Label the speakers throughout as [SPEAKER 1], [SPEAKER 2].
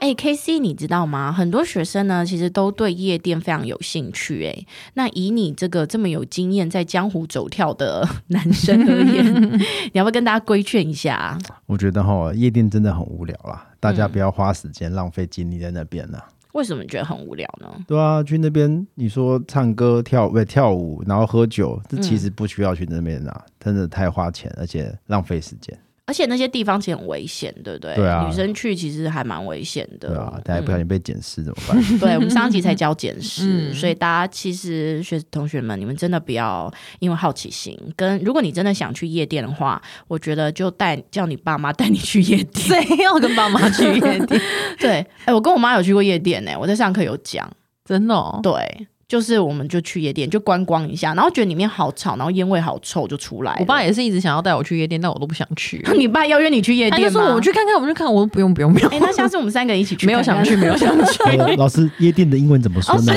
[SPEAKER 1] 哎，K C，你知道吗？很多学生呢，其实都对夜店非常有兴趣。哎，那以你这个这么有经验在江湖走跳的男生而 言，你要不要跟大家规劝一下啊？
[SPEAKER 2] 我觉得哈，夜店真的很无聊啦，大家不要花时间浪费精力在那边啦。
[SPEAKER 1] 为什么觉得很无聊呢？
[SPEAKER 2] 对啊，去那边你说唱歌、跳不是跳舞，然后喝酒，这其实不需要去那边啦，真的太花钱，而且浪费时间。
[SPEAKER 1] 而且那些地方其实很危险，对不对？
[SPEAKER 2] 对啊
[SPEAKER 1] 女生去其实还蛮危险的。
[SPEAKER 2] 对啊，
[SPEAKER 1] 嗯
[SPEAKER 2] 大家不小心被捡尸怎么 办？
[SPEAKER 1] 对，我们上一集才教简
[SPEAKER 2] 嗯
[SPEAKER 1] 史，所以大家其实学同学们，你们真的不要因为好奇心跟如果你真的想去夜店的话，我觉得就带叫你爸妈带你去夜 店。
[SPEAKER 3] 谁要跟爸妈去夜 店？
[SPEAKER 1] 对，哎、我跟我妈有去过夜店呢、我在上课有讲，
[SPEAKER 3] 真的、哦？
[SPEAKER 1] 对。就是我们就去夜店，就观光一下，然后觉得里面好吵，然后烟味好臭，就出来了。
[SPEAKER 3] 我 爸也是一直想要带我去夜店，但我都不想 去。
[SPEAKER 1] 你爸邀约你去夜
[SPEAKER 3] 他
[SPEAKER 1] 店
[SPEAKER 3] 就
[SPEAKER 1] 吗？
[SPEAKER 3] 说我们去看看，我们哎 去看，我说不用不用不用
[SPEAKER 1] 哎、，那下次我们三个一起去
[SPEAKER 3] 没有
[SPEAKER 1] 看看哦
[SPEAKER 3] 想去，没有想去。
[SPEAKER 2] 呃老师，夜店的英文怎么说呢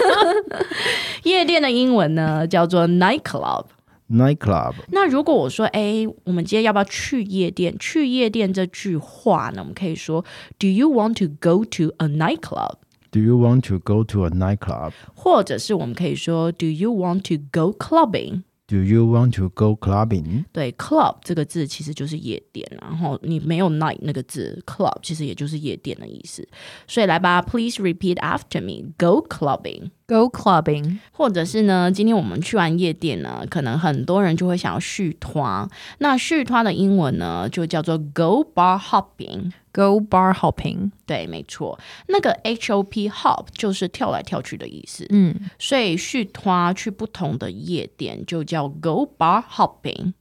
[SPEAKER 1] 夜店的英文呢叫做 night club。
[SPEAKER 2] ？Night club，
[SPEAKER 1] 那如果我说，哎，我们今天要不要去夜店？去夜店这句话呢，我们可以说，Do you want to go to a night club？
[SPEAKER 2] Do you want to go to a nightclub?
[SPEAKER 1] 或者是我们可以说，Do you want to go clubbing？
[SPEAKER 2] Do you want to go clubbing?
[SPEAKER 1] 对，club 这个字其实就是夜店，然后你没有 night 那个字，club 其实也就是夜店的意思。所以来吧，Please repeat after me，go clubbing。
[SPEAKER 3] Go clubbing，
[SPEAKER 1] 或者是呢，今天我们去完夜店呢，可能很多人就会想要续团。那续团的英文呢，就叫做 go bar hopping。
[SPEAKER 3] Go bar hopping，
[SPEAKER 1] 对，没错，那个 H O P hop 就是跳来跳去的意思，
[SPEAKER 3] 嗯
[SPEAKER 1] 所以续团去不同的夜店就叫 go bar hopping。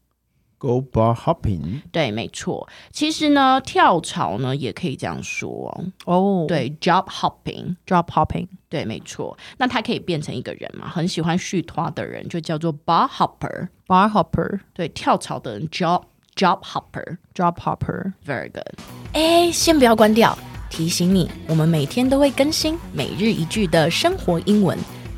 [SPEAKER 2] Go bar hopping?
[SPEAKER 1] 对，没错。其实呢，跳槽呢也可以这样说哦。
[SPEAKER 3] 哦，
[SPEAKER 1] 对，job hopping。
[SPEAKER 3] ，drop hopping，
[SPEAKER 1] 对，没错。那它可以变成一个人嘛？很喜欢续团的人就叫做 bar hopper。
[SPEAKER 3] bar hopper，drop
[SPEAKER 1] 对，跳槽的人 job job hopper
[SPEAKER 3] hopper，
[SPEAKER 1] very good。哎，先不要关掉，提醒你，我们每天都会更新每日一句的生活英文，